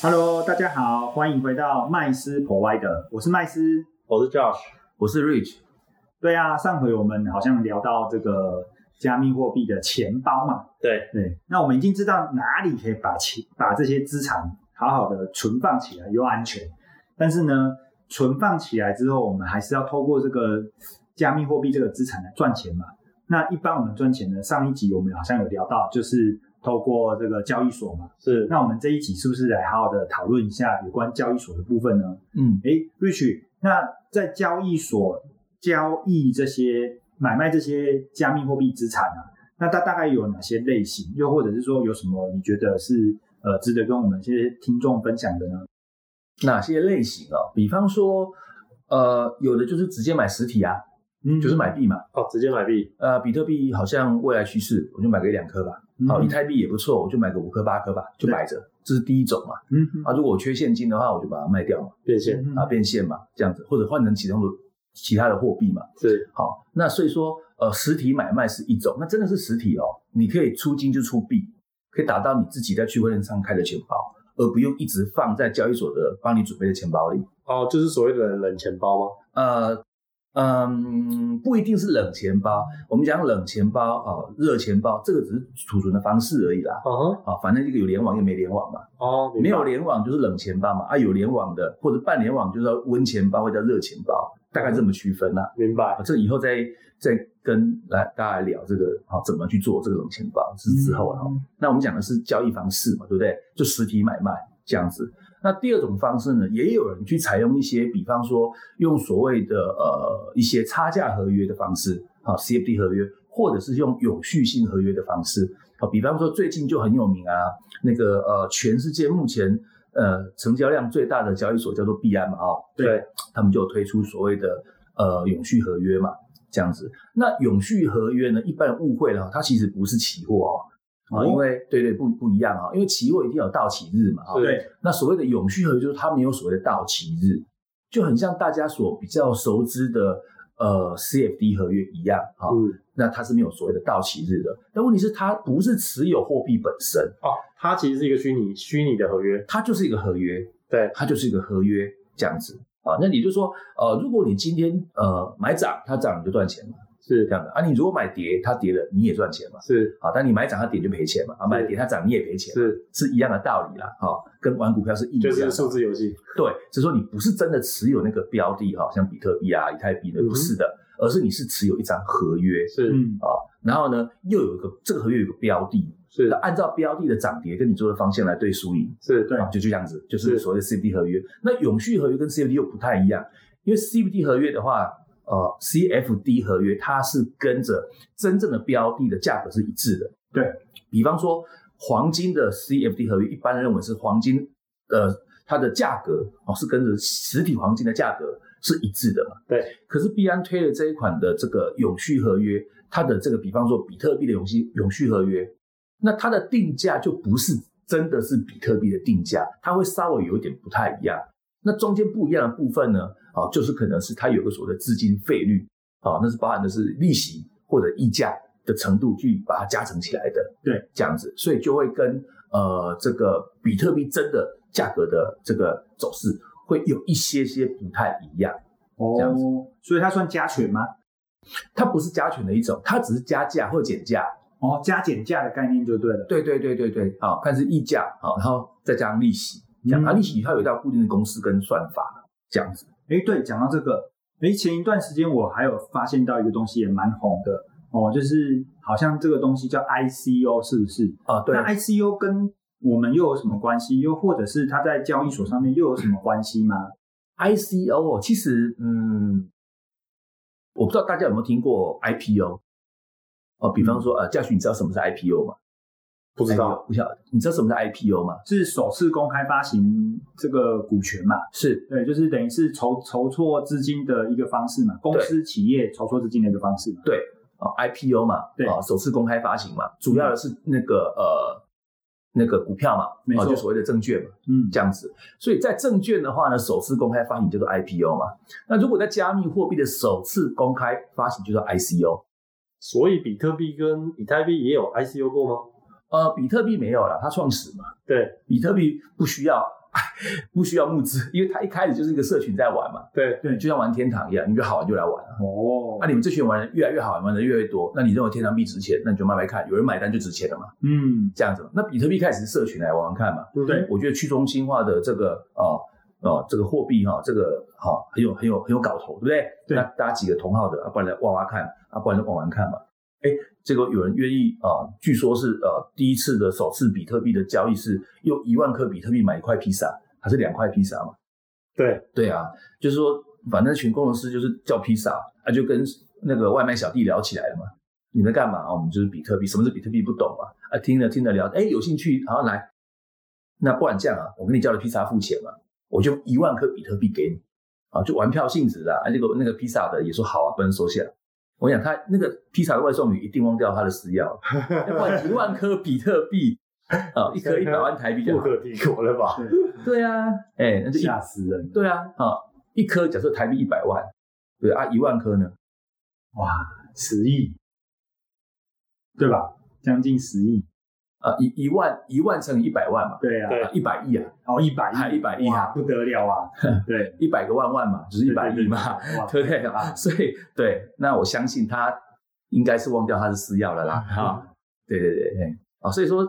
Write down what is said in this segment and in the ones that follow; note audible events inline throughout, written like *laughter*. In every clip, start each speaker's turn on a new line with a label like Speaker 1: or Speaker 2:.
Speaker 1: Hello，大家好，欢迎回到麦斯 Provider，我是麦斯。
Speaker 2: 哦我是 Josh，
Speaker 3: 我是 Rich，
Speaker 1: 对啊，上回我们好像聊到这个加密货币的钱包嘛，
Speaker 2: 对，
Speaker 1: 对，那我们已经知道哪里可以把钱把这些资产好好的存放起来又安全，但是呢，存放起来之后，我们还是要透过这个加密货币这个资产来赚钱嘛。那一般我们赚钱呢，上一集我们好像有聊到，就是透过这个交易所嘛。
Speaker 2: 是
Speaker 1: 那我们这一集是不是来好好的讨论一下有关交易所的部分呢？
Speaker 3: 嗯，
Speaker 1: 诶 r i c h 那在交易所交易这些买卖这些加密货币资产啊，那它大概有哪些类型？又或者是说有什么你觉得是呃值得跟我们这些听众分享的呢？
Speaker 3: 哪些类型哦？比方说，呃，有的就是直接买实体啊，
Speaker 1: 嗯
Speaker 3: 就是买币嘛。
Speaker 2: 哦，直接买币，
Speaker 3: 呃，比特币好像未来趋势，我就买个一两颗吧。
Speaker 1: 嗯
Speaker 3: 好、以，太币也不错，我就买个五颗八颗吧，就摆着。这是第一种嘛。
Speaker 1: 嗯
Speaker 3: 啊，如果我缺现金的话，我就把它卖掉嘛，
Speaker 2: 变现
Speaker 3: 啊，变现嘛，这样子，或者换成其他的其他的货币嘛。
Speaker 2: 是
Speaker 3: 好，那所以说，呃，实体买卖是一种，那真的是实体哦，你可以出金就出币，可以打到你自己在区块链上开的钱包，而不用一直放在交易所的帮你准备的钱包里。
Speaker 2: 哦，就是所谓的冷冷钱包吗？
Speaker 3: 呃，嗯，不一定是冷钱包，我们讲冷钱包哦，热钱包，这个只是储存的方式而已啦。
Speaker 2: 啊哈，
Speaker 3: 啊，反正这个有联网又没联网嘛，
Speaker 2: 哦，明白
Speaker 3: 没有联网就是冷钱包嘛，啊，有联网的或者半联网就叫温钱包或者叫热钱包，大概这么区分啦、
Speaker 2: 明白
Speaker 3: 啊，这以后再再跟来大家聊这个啊，怎么去做这个冷钱包是之后了、啊那我们讲的是交易方式嘛，对不对？就实体买卖这样子。那第二种方式呢，也有人去采用一些，比方说用所谓的呃一些差价合约的方式啊，CFD 合约，或者是用有序性合约的方式啊，比方说最近就很有名啊，那个呃全世界目前呃成交量最大的交易所叫做币安嘛啊、哦，
Speaker 2: 对，
Speaker 3: 他们就有推出所谓的呃永续合约嘛，这样子。那永续合约呢，一般人误会了，它其实不是期货哦。啊，
Speaker 1: 哦
Speaker 3: 因为对对不不一样啊、因为期货一定有到期日嘛啊、
Speaker 2: 是
Speaker 1: 对，
Speaker 3: 那所谓的永续合约就是它没有所谓的到期日，就很像大家所比较熟知的呃 CFD 合约一样啊、
Speaker 2: 嗯，
Speaker 3: 那它是没有所谓的到期日的。但问题是它不是持有货币本身，
Speaker 2: 哦，它其实是一个虚拟虚拟的合约，
Speaker 3: 它就是一个合约，
Speaker 2: 对，
Speaker 3: 它就是一个合约这样子啊。那也就是说，呃，如果你今天呃买涨，它涨你就赚钱嘛，
Speaker 2: 是
Speaker 3: 这样的啊。你如果买跌，它跌了你也赚钱嘛，
Speaker 2: 是
Speaker 3: 啊。但你买涨它跌就赔钱嘛，啊，买跌它涨你也赔钱嘛，
Speaker 2: 是，
Speaker 3: 是一样的道理啦，哈、跟玩股票是一模
Speaker 2: 就
Speaker 3: 一样
Speaker 2: 是
Speaker 3: 的。
Speaker 2: 数字游戏，
Speaker 3: 对，只是说你不是真的持有那个标的哈、像比特币啊、以太币的
Speaker 2: 嗯哼
Speaker 3: 不是的，而是你是持有一张合约，
Speaker 2: 是
Speaker 1: 嗯
Speaker 3: 然后呢又有一个这个合约有一个标的，
Speaker 2: 是
Speaker 3: 那按照标的的涨跌跟你做的方向来对输赢。
Speaker 2: 是，
Speaker 1: 对
Speaker 3: 啊，就就这样子，就是是所谓的 CFD 合约。那永续合约跟 CFD 又不太一样，因为 CFD 合约的话，呃，CFD 合约它是跟着真正的标的的价格是一致的。
Speaker 1: 对
Speaker 3: 比方说，黄金的 CFD 合约，一般认为是黄金，呃，它的价格哦是跟着实体黄金的价格是一致的嘛。
Speaker 2: 对。
Speaker 3: 可是币安推了这一款的这个永续合约，它的这个比方说比特币的永续永续合约，那它的定价就不是真的是比特币的定价，它会稍微有一点不太一样。那中间不一样的部分呢，啊，就是可能是它有个所谓的资金费率，啊，那是包含的是利息或者溢价的程度去把它加成起来的，
Speaker 1: 对，
Speaker 3: 这样子，所以就会跟呃这个比特币真的价格的这个走势会有一些些不太一样。这样子
Speaker 1: 哦，所以它算加权吗？
Speaker 3: 它不是加权的一种，它只是加价或减价，
Speaker 1: 哦，加减价的概念就对了。
Speaker 3: 对对对对对，好，看是溢价，好，然后再加上利息，这样，
Speaker 1: 嗯
Speaker 3: 啊，利息它有一道固定的公式跟算法，这样子，
Speaker 1: 诶，对，讲到这个，诶，前一段时间我还有发现到一个东西也蛮红的哦，就是好像这个东西叫 ICO，是不是？
Speaker 3: 啊，对，
Speaker 1: 那 ICO 跟我们又有什么关系？又或者是它在交易所上面又有什么关系吗？
Speaker 3: ICO 哦，其实嗯，我不知道大家有没有听过 IPO 哦，比
Speaker 1: 嗯
Speaker 3: 方说、呃，教训你知道什么是 IPO 吗？
Speaker 2: 不知道
Speaker 3: IPO，不晓得，你知道什么是 IPO 吗？
Speaker 1: 是首次公开发行这个股权嘛？
Speaker 3: 是
Speaker 1: 对，就是等于是筹筹措资金的一个方式嘛，公司企业筹措资金的一个方式嘛。
Speaker 3: 哦 IPO 嘛，
Speaker 1: 对嗯
Speaker 3: 哦，首次公开发行嘛，主要的是那个呃那个股票
Speaker 1: 没
Speaker 3: 嘛，
Speaker 1: 错
Speaker 3: 哦，就所谓的证券嘛，
Speaker 1: 嗯，
Speaker 3: 这样子。所以在证券的话呢，首次公开发行叫做 IPO 嘛。那如果在加密货币的首次公开发行就叫 ICO。
Speaker 2: 所以比特币跟以太币也有 ICO 过吗？
Speaker 3: 呃，比特币没有了，它创始嘛，
Speaker 2: 对，
Speaker 3: 比特币不需要 *laughs* 不需要募资，因为它一开始就是一个社群在玩嘛，
Speaker 2: 对，
Speaker 1: 对
Speaker 3: 就像玩天堂一样，你觉得好玩就来玩啊。
Speaker 1: 哦
Speaker 3: 那、，你们这群玩的越来越好，玩的越来越多，那你认为天堂币值钱，那你就慢慢看，有人买单就值钱了嘛，
Speaker 1: 嗯，
Speaker 3: 这样子嘛。那比特币开始是社群来玩玩看嘛，
Speaker 2: 嗯
Speaker 1: 对
Speaker 3: 我觉得去中心化的这个啊哦、这个货币哈、这个哈、很有很有很有搞头，对不对？
Speaker 1: 对
Speaker 3: 那大家几个同号的，啊，不然来挖挖看，啊，不然来玩玩看嘛。哎，结果有人愿意啊、据说是呃第一次的首次比特币的交易是用一万颗比特币买一块披萨，还是两块披萨嘛？
Speaker 2: 对，
Speaker 3: 对啊，就是说反正群工程师就是叫披萨，啊，就跟那个外卖小弟聊起来了嘛。你们干嘛啊？我们就是比特币，什么是比特币不懂嘛？啊，听着听着聊，哎，有兴趣，好来，那不然这样啊，我跟你叫了披萨付钱嘛，我就一万颗比特币给你啊，就玩票性质的啊。结果那个披萨的也说好啊，不能收下。我想他那个披萨的外送员一定忘掉他的私钥，要不然一万颗比特币啊，一颗一百万台币就
Speaker 2: 不
Speaker 3: 好。
Speaker 2: 可敌国了 *laughs* 吧？
Speaker 3: 对啊，哎，那就一
Speaker 1: 吓死人了，
Speaker 3: 对啊，啊，一颗假设台币一百万，对啊，一万颗呢？
Speaker 1: 哇，十亿，对吧？将近十亿，
Speaker 3: 啊，一一万一万乘以一百万嘛，
Speaker 1: 对啊，
Speaker 2: 对
Speaker 3: 啊，一百亿啊，
Speaker 1: 哦，一百
Speaker 3: 还
Speaker 1: 亿，
Speaker 3: 100亿
Speaker 1: 哇
Speaker 3: 啊
Speaker 1: 不得了啊，对，
Speaker 3: 一百个万万嘛，就是一百亿嘛， *laughs*
Speaker 1: 对，
Speaker 3: 对不对啊？
Speaker 1: 啊
Speaker 3: 所以对，那我相信他应该是忘掉他是私钥了啦，啊，对对对，
Speaker 1: 嗯
Speaker 3: 哎啊，所以说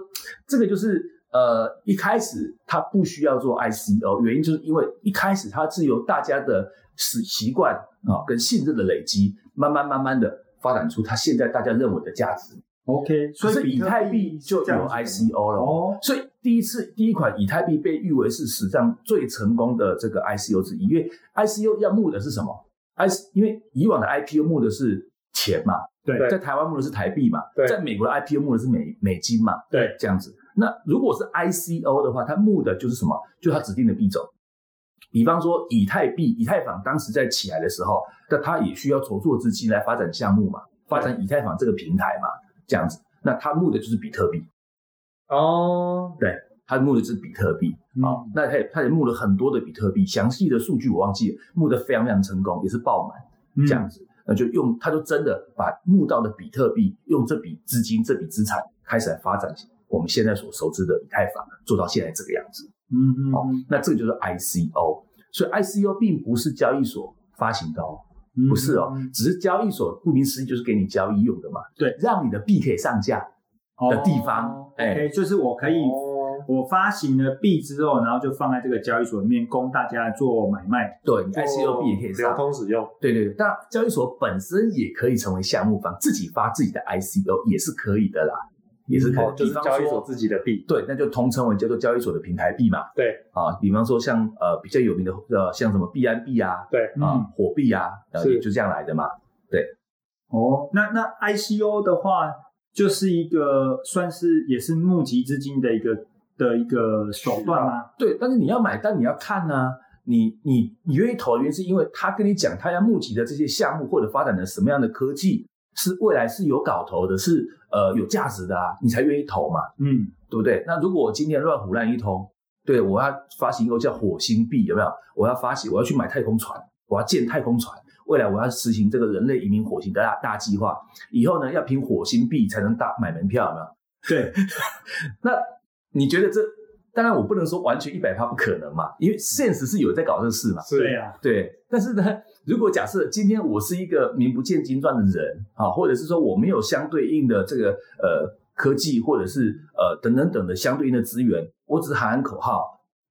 Speaker 3: 这个就是呃，一开始他不需要做 ICO，原因就是因为一开始它是由大家的习习惯啊跟信任的累积，慢慢慢慢的发展出它现在大家认为的价值。
Speaker 1: ，OK，
Speaker 3: 所
Speaker 1: 所
Speaker 3: 以
Speaker 1: 以
Speaker 3: 以太币就有
Speaker 1: 这样子
Speaker 3: ICO 了。
Speaker 1: 哦，
Speaker 3: 所以第一次第一款以太币被誉为是史上最成功的这个 ICO 之一，因为 ICO 要募的是什么？I 因为以往的 IPO 募的是钱嘛，
Speaker 1: 对
Speaker 3: 在台湾募的是台币嘛，
Speaker 2: 对
Speaker 3: 在美国的 IPO 募的是美美金嘛，
Speaker 2: 对，
Speaker 3: 这样子。那如果是 ICO 的话，它募的就是什么？就是它指定的币种。比方说以太币、以太坊当时在起来的时候，那它也需要筹措资金来发展项目嘛，发展以太坊这个平台嘛，这样子。那它募的就是比特币。
Speaker 2: 哦，
Speaker 3: 他募的是比特币
Speaker 1: 嗯
Speaker 3: 啊、那他也他也募了很多的比特币，详细的数据我忘记了，募的非常非常成功，也是爆满
Speaker 1: 嗯
Speaker 3: 这样子，那就用他就真的把募到的比特币，用这笔资金这笔资产开始来发展我们现在所熟知的以太坊，做到现在这个样子。
Speaker 1: 嗯嗯
Speaker 3: 哦，那这个就是 ICO，所以 ICO 并不是交易所发行的哦，
Speaker 1: 嗯
Speaker 3: 不是哦
Speaker 1: 嗯，
Speaker 3: 只是交易所顾名思义就是给你交易用的嘛，
Speaker 1: 对，
Speaker 3: 让你的币可以上架，的地方
Speaker 1: 哦
Speaker 3: 哎
Speaker 1: OK，就是我可以
Speaker 2: 哦
Speaker 1: 我发行了币之后，然后就放在这个交易所里面供大家做买卖。
Speaker 3: 对你 ICO 币也可以上
Speaker 2: 哦流。通使用，
Speaker 3: 对对对，当然交易所本身也可以成为项目方，自己发自己的 ICO 也是可以的啦，也是可以。
Speaker 2: 哦，就是
Speaker 3: 比方
Speaker 2: 交易所
Speaker 3: 说，
Speaker 2: 自己的币，
Speaker 3: 对，那就通称为叫做交易所的平台币嘛。
Speaker 2: 对
Speaker 3: 啊，比方说像呃比较有名的呃像什么币安币啊，
Speaker 2: 对，
Speaker 3: 啊火币啊，然后
Speaker 2: 是
Speaker 3: 也就这样来的嘛。
Speaker 1: 哦，那那 ICO 的话，就是一个算是也是募集资金的一个的一个手段吗？
Speaker 3: 对，但是啊你要买单，你要看呢、你你你愿意投的原因是因为他跟你讲他要募集的这些项目或者发展的什么样的科技是未来是有搞头的，是呃有价值的啊，你才愿意投嘛。
Speaker 1: 嗯，
Speaker 3: 对不对？那如果我今天乱胡乱一通，对我要发行一个叫火星币，有没有？我要发行，我要去买太空船，我要建太空船，未来我要实行这个人类移民火星的大大计划，以后呢要凭火星币才能大买门票，有没有？
Speaker 1: 对，
Speaker 3: *laughs* 那你觉得这？当然，我不能说完全一百趴不可能嘛，因为现实是有人在搞这个事嘛。
Speaker 2: 是
Speaker 1: 对啊，
Speaker 3: 对，但是呢，如果假设今天我是一个名不见经传的人啊，或者是说我没有相对应的这个呃科技，或者是呃等等等的相对应的资源，我只是喊喊口号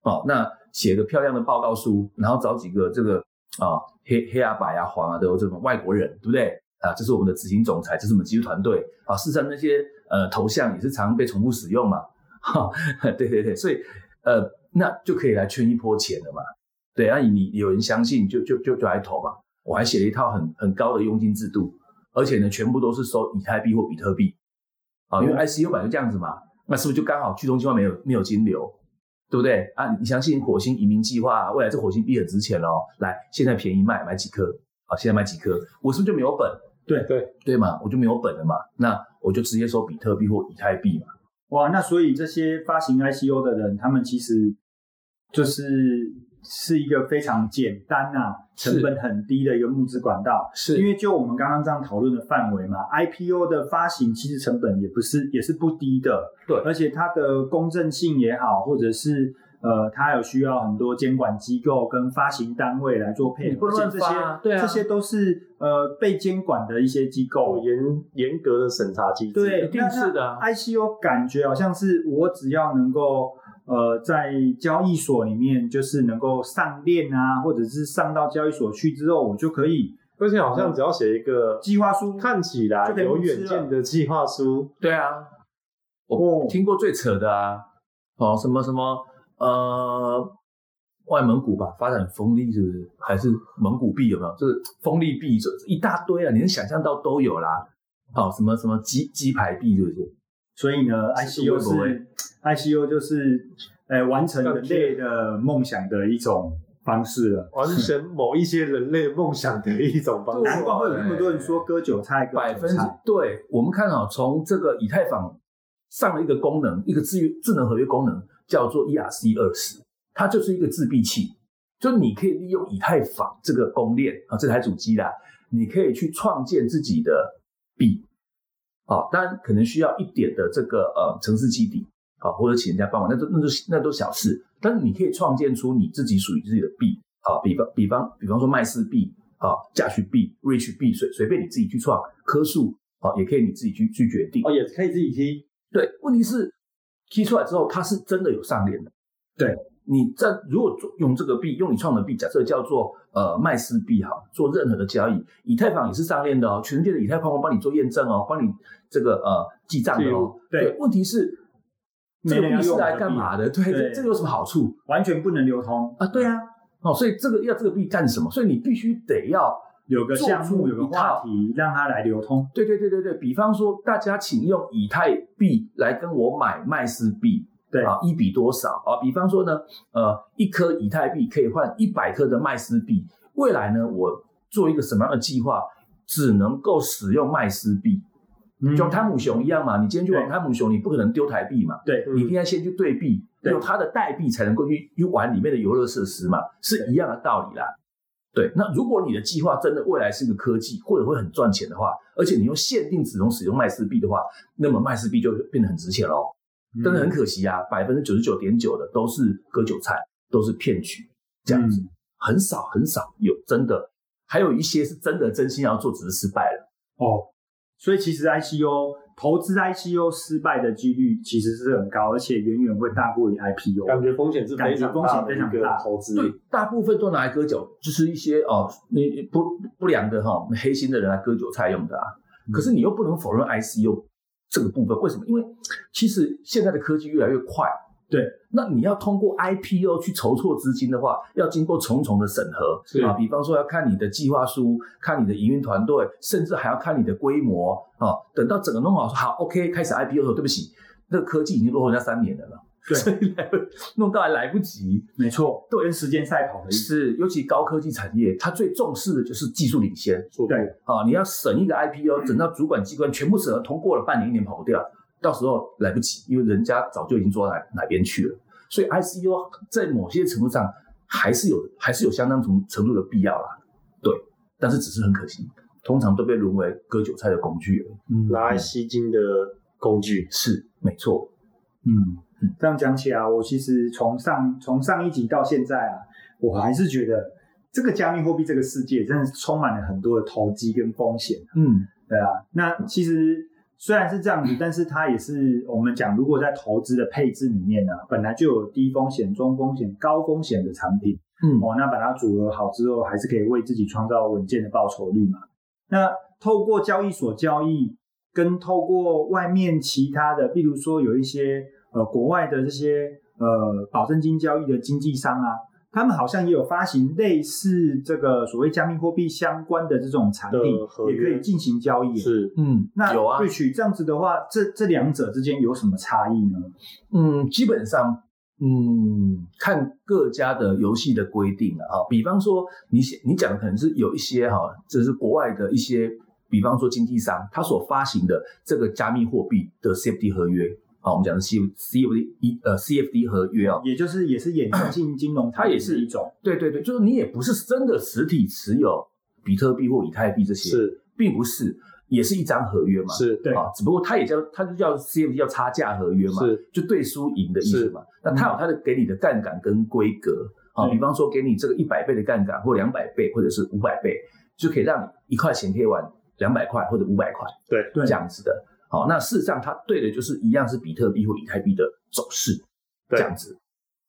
Speaker 3: 哦，那写个漂亮的报告书，然后找几个这个啊黑黑啊白啊黄啊的这种外国人，对不对？啊，这是我们的执行总裁，这是我们技术团队啊。事实上，那些呃头像也是常被重复使用嘛。哈、 *laughs* 对对对，所以呃，那就可以来圈一波钱了嘛。对，那、啊、你有人相信就就就就来投嘛。我还写了一套很很高的佣金制度，而且呢，全部都是收以太币或比特币啊，因为 ICU 版就这样子嘛。那是不是就刚好去中心化没有没有金流，对不对啊？你相信火星移民计划，未来这火星币很值钱哦。来，现在便宜卖，买几颗啊？现在买几颗，我是不是就没有本？
Speaker 1: 对
Speaker 2: 对
Speaker 3: 对嘛，我就没有本了嘛，那我就直接收比特币或以太币嘛。
Speaker 1: 哇，那所以这些发行 ICO 的人，他们其实就是是一个非常简单啊，
Speaker 3: 是
Speaker 1: 成本很低的一个募资管道。
Speaker 3: 是
Speaker 1: 因为就我们刚刚这样讨论的范围嘛，IPO 的发行其实成本也不是也是不低的，
Speaker 3: 对
Speaker 1: 而且它的公正性也好，或者是呃，它有需要很多监管机构跟发行单位来做配
Speaker 3: 你
Speaker 1: 合，
Speaker 3: 不
Speaker 1: 而
Speaker 3: 能
Speaker 1: 且这
Speaker 3: 乱发
Speaker 1: 些、
Speaker 3: 啊对啊
Speaker 1: 这些都是呃被监管的一些机构
Speaker 2: 有。严哦严格的审查机制。
Speaker 1: 对，
Speaker 3: 一定
Speaker 1: 那
Speaker 3: 是的啊
Speaker 1: 那 ICO 感觉好像是我只要能够呃在交易所里面，就是能够上链啊，或者是上到交易所去之后，我就可以
Speaker 2: 而且好像只要写一个
Speaker 1: 计划书
Speaker 2: 看起
Speaker 1: 就
Speaker 2: 来
Speaker 1: 可以
Speaker 2: 有
Speaker 1: 募资
Speaker 2: 远见的计划书，
Speaker 3: 对啊，
Speaker 1: 哦
Speaker 3: 我听过最扯的啊，哦，什么什么呃，外蒙古吧，发展风力是不是？还是蒙古币有没有？就是风力币，这一大堆啊，你能想象到都有啦。好、什么什么鸡鸡排币是不是？
Speaker 1: 所以呢
Speaker 3: 是
Speaker 1: ，ICO
Speaker 3: 微博
Speaker 1: 是 ICO 就是呃完成人类的梦想的一种方式了。
Speaker 2: 完成某一些人类梦想的一种方
Speaker 3: 对
Speaker 1: 难
Speaker 2: 式。
Speaker 1: 怪会有那么多人说割韭菜，割
Speaker 3: 百
Speaker 1: 韭
Speaker 3: 分之
Speaker 1: 菜。
Speaker 3: 对，我们看好从这个以太坊上了一个功能，一个智智能合约功能叫做 ERC 二十，它就是一个自闭器，就你可以利用以太坊这个公链啊，这台主机啦，你可以去创建自己的币，啊，当然可能需要一点的这个呃城市基底啊，或者请人家帮忙，那都那都那都小事，但是你可以创建出你自己属于自己的币啊，比方比方比方说麦氏币啊、价取币、rich 币，随随便你自己去创，科数啊也可以你自己去去决定
Speaker 2: 哦，。也可以自己踢。
Speaker 3: 对，问题是踢出来之后，它是真的有上联的。
Speaker 1: 对，
Speaker 3: 你在如果做用这个币，用你创的币，假设叫做呃麦斯币哈，做任何的交易，以太坊也是上链的哦，全世界的以太坊我帮你做验证哦，帮你这个呃记账的
Speaker 2: 记
Speaker 3: 哦
Speaker 2: 录。
Speaker 1: 对
Speaker 3: 问题是
Speaker 1: 没
Speaker 3: 这个
Speaker 1: 人
Speaker 3: 币
Speaker 1: 要
Speaker 3: 是
Speaker 1: 用我的
Speaker 3: 来干
Speaker 1: 币
Speaker 3: 嘛的？对，
Speaker 1: 对
Speaker 3: 这这个有什么好处？
Speaker 1: 完全不能流通，
Speaker 3: 啊，对啊，哦，所以这个要这个币干什么？所以你必须得要，
Speaker 1: 有个项目
Speaker 3: 做出
Speaker 1: 有个
Speaker 3: 一
Speaker 1: 话
Speaker 3: 套
Speaker 1: 题，让它来流通。
Speaker 3: 对对对对对，比方说大家请用以太币来跟我买麦斯币，
Speaker 1: 对
Speaker 3: 啊，一比多少啊？比方说呢，呃，一颗以太币可以换一百颗的麦斯币，未来呢，我做一个什么样的计划？只能够使用麦斯币，
Speaker 1: 嗯
Speaker 3: 就像汤姆熊一样嘛。你今天去玩
Speaker 1: 对
Speaker 3: 汤姆熊，你不可能丢台币嘛，
Speaker 1: 对
Speaker 2: 嗯
Speaker 3: 你一定要先去对币，
Speaker 1: 对
Speaker 3: 用它的代币才能够去去玩里面的游乐设施嘛，是一样的道理啦。对，那如果你的计划真的未来是个科技或者会很赚钱的话，而且你用限定只能使用麦斯币的话，那么麦斯币就变得很值钱喽。
Speaker 1: 嗯
Speaker 3: 但是很可惜啊，百分之九十九点九的都是割韭菜，都是骗局，这样子、
Speaker 1: 嗯
Speaker 3: 很少很少有真的，还有一些是真的真心要做，只是失败了。
Speaker 1: 哦，所以其实 ICO 投资 ICO 失败的几率其实是很高，而且远远会大过于 IPO。
Speaker 3: 嗯
Speaker 2: 感觉风险是非常大的一个投资。
Speaker 1: 嗯
Speaker 3: 对，大部分都拿来割韭，就是一些哦，你不不良的哈、黑心的人来割韭菜用的啊。
Speaker 1: 嗯
Speaker 3: 可是你又不能否认 ICU 这个部分，为什么？因为其实现在的科技越来越快，
Speaker 1: 对，
Speaker 3: 那你要通过 IPO 去筹措资金的话，要经过重重的审核
Speaker 1: 是
Speaker 3: 啊，比方说要看你的计划书，看你的营运团队，甚至还要看你的规模啊。等到整个弄好，说好 OK 开始 IPO 的时候，对不起，那个科技已经落后人家三年了嘛，
Speaker 1: 对
Speaker 3: 所以来不弄到还来不及。
Speaker 1: 没错，都跟时间赛跑的意思。
Speaker 3: 是，尤其高科技产业，它最重视的就是技术领先
Speaker 2: 错过
Speaker 1: 对
Speaker 3: 啊！你要审一个
Speaker 1: 嗯
Speaker 3: IPO，整到主管机关全部审核通过了，半年一年跑不掉，到时候来不及，因为人家早就已经做到哪哪边去了。所以 ICO 在某些程度上还是有还是有相当程程度的必要啦，对，但是只是很可惜，通常都被沦为割韭菜的工具了。
Speaker 1: 嗯
Speaker 2: 拿来吸金的工具。
Speaker 3: 是，没错，
Speaker 1: 嗯，这样讲起来，我其实从上从上一集到现在啊，我还是觉得这个加密货币这个世界真的充满了很多的投机跟风险。
Speaker 3: 嗯，
Speaker 1: 对啊，那其实虽然是这样子，但是它也是我们讲，如果在投资的配置里面呢、本来就有低风险、中风险、高风险的产品
Speaker 3: 嗯，
Speaker 1: 哦，那把它组合好之后，还是可以为自己创造稳健的报酬率嘛。那透过交易所交易，跟透过外面其他的，比如说有一些呃国外的这些呃保证金交易的经纪商啊。他们好像也有发行类似这个所谓加密货币相关的这种产品，
Speaker 2: 的合
Speaker 1: 也可以
Speaker 2: 约
Speaker 1: 进行交易。
Speaker 2: 是，
Speaker 3: 嗯，
Speaker 1: 那
Speaker 3: 有啊，
Speaker 1: ，Rich 这样子的话，这这两者之间有什么差异呢？
Speaker 3: 嗯，基本上，嗯，看各家的游戏的规定了啊。比方说你写，你讲的可能是有一些哈、就是国外的一些，比方说经纪商他所发行的这个加密货币的 CFD 合约啊，我们讲的 C CFD 一呃 CFD 合约哦，
Speaker 1: 也就是也是衍生性金融，
Speaker 3: 它也是
Speaker 1: 是一种
Speaker 3: 对对对，就是你也不是真的实体持有比特币或以太币这些，
Speaker 2: 是
Speaker 3: 并不是。也是一张合约嘛，
Speaker 2: 是
Speaker 1: 对
Speaker 3: 啊，只不过它也叫它就叫 CFD 叫差价合约嘛，
Speaker 2: 是
Speaker 3: 就对输赢的意思嘛。那它有它的给你的杠杆跟规格，
Speaker 2: 嗯
Speaker 3: 啊，
Speaker 1: 对
Speaker 3: 比方说给你这个一百倍的杠杆，或两百倍，或者是五百倍，就可以让你一块钱可以玩两百块或者五百块
Speaker 2: 对
Speaker 1: 对
Speaker 3: 这样子的。好，那事实上它对的就是一样是比特币或以太币的走势这
Speaker 2: 对
Speaker 3: 样子。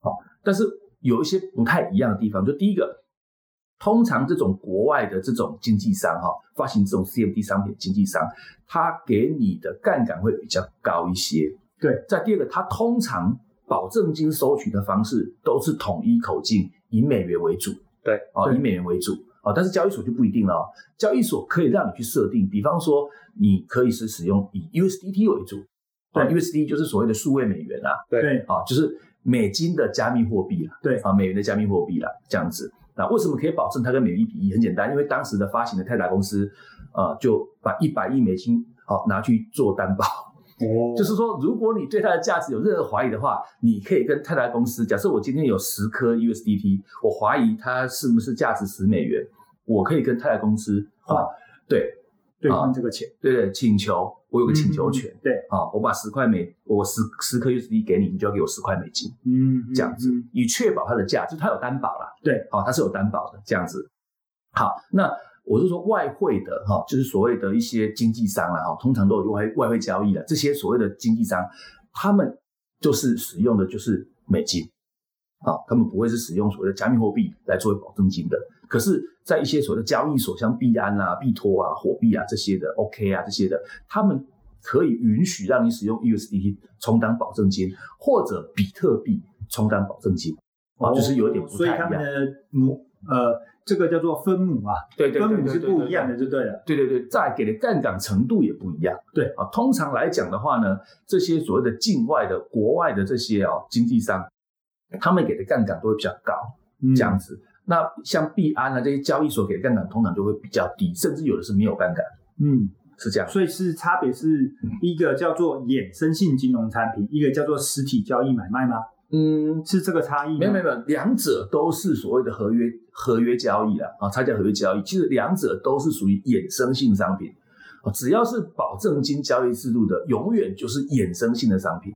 Speaker 3: 好，但是有一些不太一样的地方，就第一个。通常这种国外的这种经纪商哈，发行这种 CFD 商品的经纪商，它给你的杠杆会比较高一些。
Speaker 1: 对，
Speaker 3: 再第二个，它通常保证金收取的方式都是统一口径，以美元为主。
Speaker 2: 对，
Speaker 3: 啊、
Speaker 1: 对
Speaker 3: 以美元为主啊、但是交易所就不一定了、哦。交易所可以让你去设定，比方说，你可以是使用以 USDT 为主，
Speaker 1: 对
Speaker 3: 啊 USD 就是所谓的数位美元啊，
Speaker 1: 对
Speaker 3: 啊，就是美金的加密货币啦，
Speaker 1: 对
Speaker 3: 啊，美元的加密货币啦，这样子。那为什么可以保证它跟美元一比一？很简单，因为当时的发行的泰达公司，呃，就把一百亿美金好、拿去做担保，
Speaker 1: 哦
Speaker 3: 就是说，如果你对它的价值有任何怀疑的话，你可以跟泰达公司，假设我今天有十颗 USDT，我怀疑它是不是价值十美元，我可以跟泰达公司啊
Speaker 1: 换，
Speaker 3: 对
Speaker 1: 对换这个钱，
Speaker 3: 对对，请求我啊有个请求权
Speaker 1: 嗯，对，
Speaker 3: 啊，我把十块美，我十十颗 USDT 给你，你就要给我十块美金。
Speaker 1: 嗯，
Speaker 3: 这样子
Speaker 1: 嗯，
Speaker 3: 以确保它的价，就它有担保啦。
Speaker 1: 对，
Speaker 3: 哦好、它是有担保的这样子。好，那我是说外汇的哈、就是所谓的一些经纪商啦哈、通常都有外外汇交易的这些所谓的经纪商，他们就是使用的就是美金，啊、他们不会是使用所谓的加密货币来作为保证金的。可是，在一些所谓的交易所，像币安啊、币托啊、火币啊这些的，OK 啊这些的，他们可以允许让你使用 USDT 充当保证金，或者比特币充当保证金，啊、
Speaker 1: 哦
Speaker 3: 就是有点不
Speaker 1: 所以
Speaker 3: 太一
Speaker 1: 他
Speaker 3: 样
Speaker 1: 们。的母呃，这个叫做分母啊，
Speaker 3: 对对
Speaker 1: 分
Speaker 3: 对
Speaker 1: 母
Speaker 3: 对
Speaker 1: 是
Speaker 3: 对
Speaker 1: 不一样的，就对了。
Speaker 3: 对对对，再给的杠杆程度也不一样。
Speaker 1: 对
Speaker 3: 啊，通常来讲的话呢，这些所谓的境外的、国外的这些哦经济商，他们给的杠杆都会比较高，
Speaker 1: 嗯
Speaker 3: 这样子。那像币安啊这些交易所给的杠杆通常就会比较低，甚至有的是没有杠杆，
Speaker 1: 嗯，
Speaker 3: 是这样。
Speaker 1: 所以是差别是
Speaker 3: 嗯
Speaker 1: 一个叫做衍生性金融产品，一个叫做实体交易买卖吗？
Speaker 3: 嗯，
Speaker 1: 是这个差异吗？
Speaker 3: 没有没有没有，两者都是所谓的合约合约交易啦，啊，差价合约交易，其实两者都是属于衍生性商品，啊，只要是保证金交易制度的，永远就是衍生性的商品，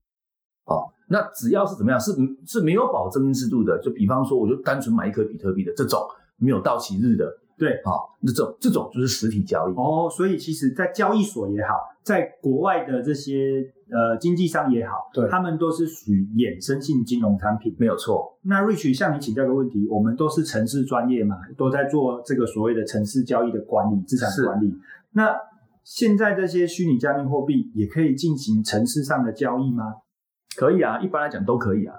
Speaker 3: 啊，那只要是怎么样是是没有保证金制度的，就比方说我就单纯买一颗比特币的这种没有到期日的，
Speaker 1: 对
Speaker 3: 啊，那这种这种就是实体交易，
Speaker 1: 哦，所以其实，在交易所也好，在国外的这些呃经纪商也好，
Speaker 3: 对
Speaker 1: 他们都是属于衍生性金融产品。
Speaker 3: 没有错，
Speaker 1: 那 Rich 向你请教个问题，我们都是城市专业嘛，都在做这个所谓的城市交易的管理、资产
Speaker 3: 是
Speaker 1: 管理。那现在这些虚拟加密货币也可以进行城市上的交易吗？
Speaker 3: 可以啊，一般来讲都可以啊，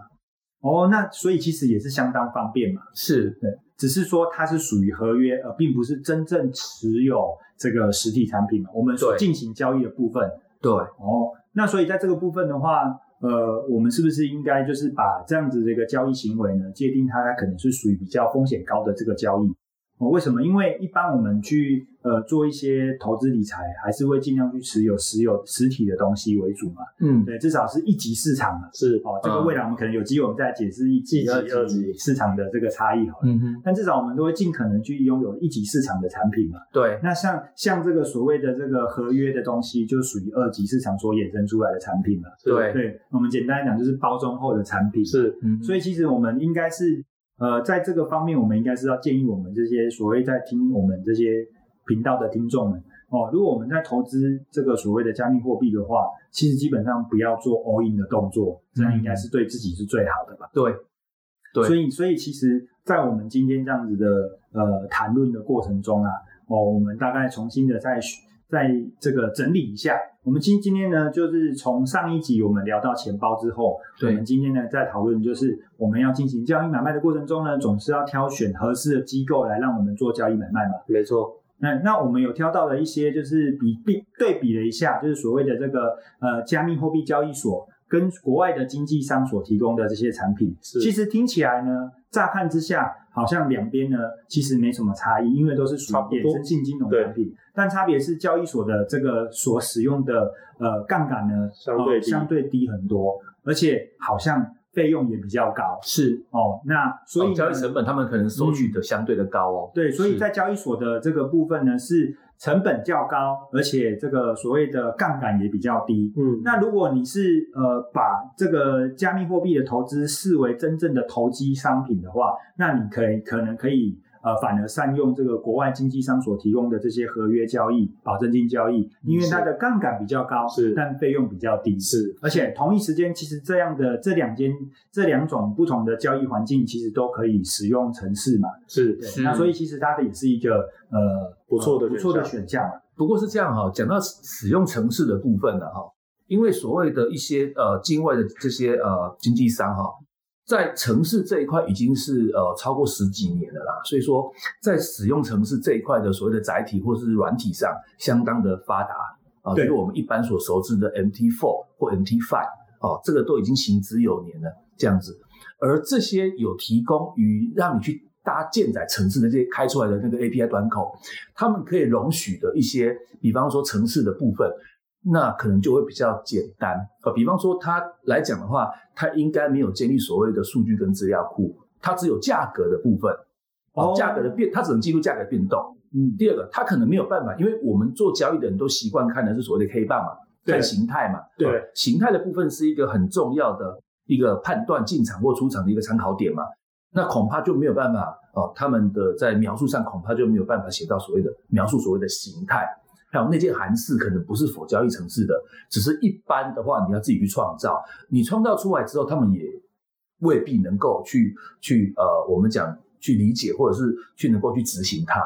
Speaker 1: 哦，那所以其实也是相当方便嘛，
Speaker 3: 是
Speaker 1: 只是说它是属于合约，而并不是真正持有这个实体产品嘛。我们所
Speaker 3: 对
Speaker 1: 进行交易的部分，
Speaker 3: 对。
Speaker 1: 哦，那所以在这个部分的话，呃，我们是不是应该就是把这样子的一个交易行为呢，界定它可能是属于比较风险高的这个交易？哦，为什么？因为一般我们去呃做一些投资理财，还是会尽量去持有持有实体的东西为主嘛。
Speaker 3: 嗯，
Speaker 1: 对，至少是一级市场嘛。
Speaker 2: 是
Speaker 1: 哦，这个
Speaker 3: 嗯
Speaker 1: 未来我们可能有机会我们再来解释一级、
Speaker 2: 一级
Speaker 1: 二
Speaker 2: 二
Speaker 1: 级
Speaker 2: 级
Speaker 1: 市场的这个差异好了。
Speaker 3: 嗯哼，
Speaker 1: 但至少我们都会尽可能去拥有一级市场的产品嘛。
Speaker 3: 对，
Speaker 1: 那像像这个所谓的这个合约的东西，就属于二级市场所衍生出来的产品嘛。
Speaker 2: 是
Speaker 3: 对
Speaker 1: 对，我们简单来讲就是包装后的产品。，
Speaker 2: 是
Speaker 3: 嗯，
Speaker 1: 所以其实我们应该是呃，在这个方面，我们应该是要建议我们这些所谓在听我们这些频道的听众们哦，如果我们在投资这个所谓的加密货币的话，其实基本上不要做 all in 的动作，这样应该是对自己是最好的吧。
Speaker 3: 对，对
Speaker 1: 所以所以其实，在我们今天这样子的呃谈论的过程中啊，哦，我们大概重新的再去再这个整理一下。我们今今天呢，就是从上一集我们聊到钱包之后，
Speaker 3: 对
Speaker 1: 我们今天呢在讨论，就是我们要进行交易买卖的过程中呢，总是要挑选合适的机构来让我们做交易买卖嘛。
Speaker 2: 没错，
Speaker 1: 那那我们有挑到了一些，就是比比对比了一下，就是所谓的这个呃加密货币交易所跟国外的经纪商所提供的这些产品，
Speaker 2: 是
Speaker 1: 其实听起来呢，乍看之下好像两边呢其实没什么差异，因为都是属于
Speaker 2: 差不多
Speaker 1: 衍生性金融
Speaker 2: 对
Speaker 1: 产品，但差别是交易所的这个所使用的呃杠杆呢
Speaker 2: 相对
Speaker 1: 呃
Speaker 2: 低
Speaker 1: 相对低很多，而且好像费用也比较高
Speaker 3: 是
Speaker 1: 哦。那所以
Speaker 3: 哦
Speaker 1: 呢
Speaker 3: 交易成本他们可能收取的相对的高哦。
Speaker 1: 对，所以
Speaker 3: 是
Speaker 1: 在交易所的这个部分呢，是成本较高，而且这个所谓的杠杆也比较低。
Speaker 2: 嗯，
Speaker 1: 那如果你是呃把这个加密货币的投资视为真正的投机商品的话，那你可以可能可以呃反而善用这个国外经纪商所提供的这些合约交易、保证金交易，因为它的杠杆比较高，
Speaker 2: 是
Speaker 1: 但费用比较低。
Speaker 2: 是
Speaker 1: 而且同一时间，其实这样的这两间这两种不同的交易环境，其实都可以使用城市嘛。
Speaker 2: 是，
Speaker 1: 对，
Speaker 3: 是
Speaker 1: 那所以其实它的也是一个呃
Speaker 2: 不错的
Speaker 1: 不错的
Speaker 2: 选
Speaker 1: 选项。
Speaker 3: 不过是这样哈、讲到使用城市的部分呢哈、因为所谓的一些呃境外的这些呃经纪商哈、在城市这一块已经是呃超过十几年了啦，所以说在使用城市这一块的所谓的载体或是软体上相当的发达啊，就
Speaker 1: 对
Speaker 3: 是我们一般所熟知的 MT4 或 MT5 哦，这个都已经行之有年了这样子。而这些有提供于让你去搭建载城市的这些开出来的那个 API 端口，他们可以容许的一些，比方说城市的部分，那可能就会比较简单。呃，比方说它来讲的话，它应该没有建立所谓的数据跟资料库，它只有价格的部分。哦
Speaker 1: 哦，
Speaker 3: 价格的变，它只能记录价格变动。
Speaker 1: 嗯，
Speaker 3: 第二个，它可能没有办法，因为我们做交易的人都习惯看的是所谓的 K 棒嘛，
Speaker 1: 对
Speaker 3: 看形态嘛。
Speaker 2: 对
Speaker 3: 呃，形态的部分是一个很重要的一个判断进场或出场的一个参考点嘛。那恐怕就没有办法哦，他们的在描述上恐怕就没有办法写到所谓的描述所谓的形态，还有那件函式可能不是否交易城市的，只是一般的话你要自己去创造，你创造出来之后，他们也未必能够去去呃，我们讲去理解或者是去能够去执行它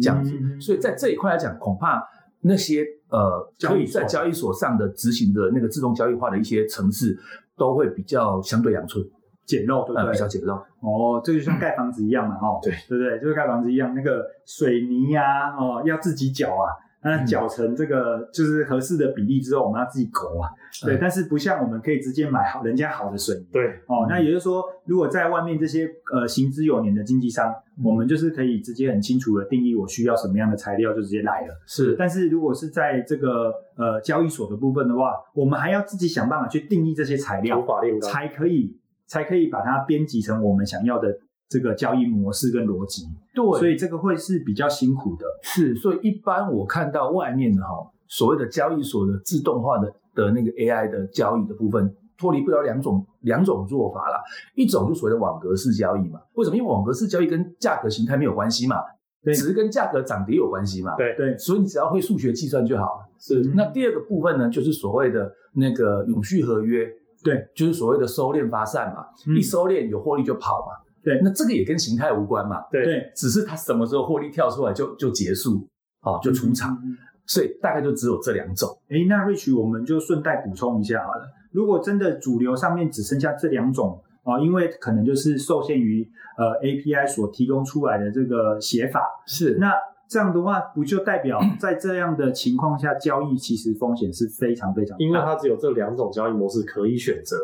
Speaker 3: 这样子。
Speaker 1: 嗯
Speaker 3: 所以在这一块来讲，恐怕那些呃
Speaker 1: 交易所
Speaker 3: 可以在交易所上的执行的那个自动交易化的一些城市，都会比较相对阳春，
Speaker 1: 简陋，对不
Speaker 3: 呃，
Speaker 1: 对
Speaker 3: 比？较简陋。
Speaker 1: 哦，这就像盖房子一样嘛，哦，
Speaker 2: 对
Speaker 1: 嗯对不对？就是盖房子一样，那个水泥呀、哦，要自己搅啊，那
Speaker 3: 嗯
Speaker 1: 搅成这个就是合适的比例之后，我们要自己勾啊，对。
Speaker 3: 嗯
Speaker 1: 但是不像我们可以直接买好人家好的水泥，
Speaker 2: 对，
Speaker 1: 哦，那也就是说，如果在外面这些呃行之有年的经纪商，我们就是可以直接很清楚的定义我需要什么样的材料，就直接来了。
Speaker 3: 是
Speaker 1: 但是如果是在这个呃交易所的部分的话，我们还要自己想办法去定义这些材料
Speaker 2: 头，发炼钢，
Speaker 1: 才可以才可以把它编辑成我们想要的这个交易模式跟逻辑，
Speaker 3: 对，
Speaker 1: 所以这个会是比较辛苦的。
Speaker 3: 是，所以一般我看到外面的哈，所谓的交易所的自动化的的那个 AI 的交易的部分，脱离不了两种两种做法啦。一种就所谓的网格式交易嘛，为什么？因为网格式交易跟价格形态没有关系嘛，
Speaker 1: 对
Speaker 3: 只是跟价格涨跌有关系嘛。
Speaker 2: 对
Speaker 1: 对，
Speaker 3: 所以你只要会数学计算就好。
Speaker 2: 是
Speaker 1: 嗯
Speaker 3: 那第二个部分呢，就是所谓的那个永续合约，
Speaker 1: 对，
Speaker 3: 就是所谓的收敛发散嘛，
Speaker 1: 嗯
Speaker 3: 一收敛有获利就跑嘛。
Speaker 1: 对
Speaker 3: 那这个也跟形态无关嘛。
Speaker 2: 对，
Speaker 1: 对，
Speaker 3: 只是它什么时候获利跳出来就就结束，哦，就出场，
Speaker 1: 嗯。
Speaker 3: 所以大概就只有这两种。
Speaker 1: 诶，那 Rich，我们就顺带补充一下好了。如果真的主流上面只剩下这两种啊、因为可能就是受限于呃 API 所提供出来的这个写法，
Speaker 3: 是那
Speaker 1: 那这样的话，不就代表
Speaker 2: 嗯
Speaker 1: 在这样的情况下，交易其实风险是非常非常大的？
Speaker 2: 因为它只有这两种交易模式可以选择，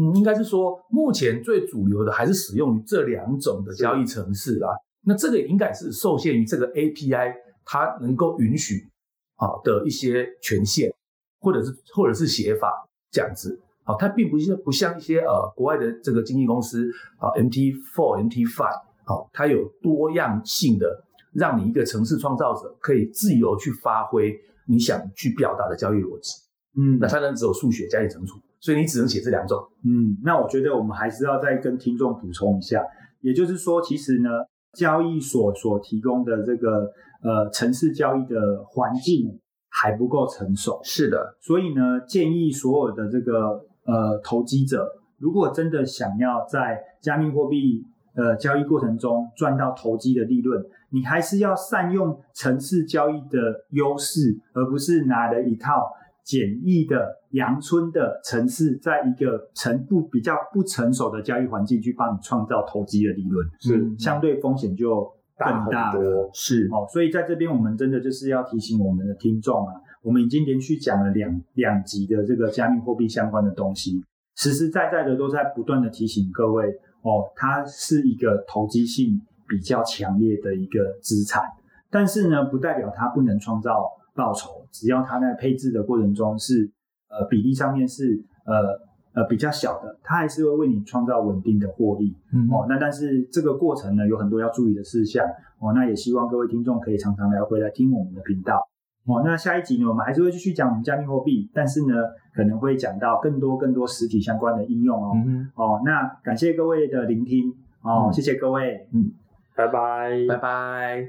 Speaker 3: 嗯，应该是说目前最主流的还是使用于这两种的交易程式啦。那这个应该是受限于这个 API 它能够允许啊、的一些权限，或者是或者是写法这样子。好、它并不是不像一些呃国外的这个经纪公司啊、MT4、MT5，好、啊它有多样性的，让你一个城市创造者可以自由去发挥你想去表达的交易逻辑。
Speaker 1: 嗯
Speaker 3: 那当然只有数学加以乘除，所以你只能写这两种。
Speaker 1: 嗯，那我觉得我们还是要再跟听众补充一下，也就是说，其实呢，交易所所提供的这个呃城市交易的环境还不够成熟，
Speaker 3: 是的，
Speaker 1: 所以呢，建议所有的这个呃投机者，如果真的想要在加密货币呃交易过程中赚到投机的利润，你还是要善用城市交易的优势，而不是拿了一套简易的阳春的城市，在一个成不比较不成熟的交易环境去帮你创造投机的利润，
Speaker 2: 是
Speaker 3: 嗯
Speaker 1: 相对风险就更
Speaker 2: 大很
Speaker 1: 大了。
Speaker 2: 多，
Speaker 3: 是
Speaker 1: 哦，所以在这边我们真的就是要提醒我们的听众啊，我们已经连续讲了两两集的这个加密货币相关的东西，实实在在的都在不断的提醒各位哦，它是一个投机性比较强烈的一个资产，但是呢，不代表它不能创造报酬，只要它在配置的过程中是呃比例上面是呃。呃，比较小的，它还是会为你创造稳定的获利。
Speaker 3: 嗯
Speaker 1: 哦，那但是这个过程呢，有很多要注意的事项哦，那也希望各位听众可以常常来回来听我们的频道。哦，那下一集呢，我们还是会继续讲我们加密货币，但是呢，可能会讲到更多更多实体相关的应用哦。
Speaker 3: 嗯，
Speaker 1: 哦，那感谢各位的聆听哦，
Speaker 3: 嗯
Speaker 1: 谢谢各位。
Speaker 2: 拜拜，
Speaker 3: 拜拜。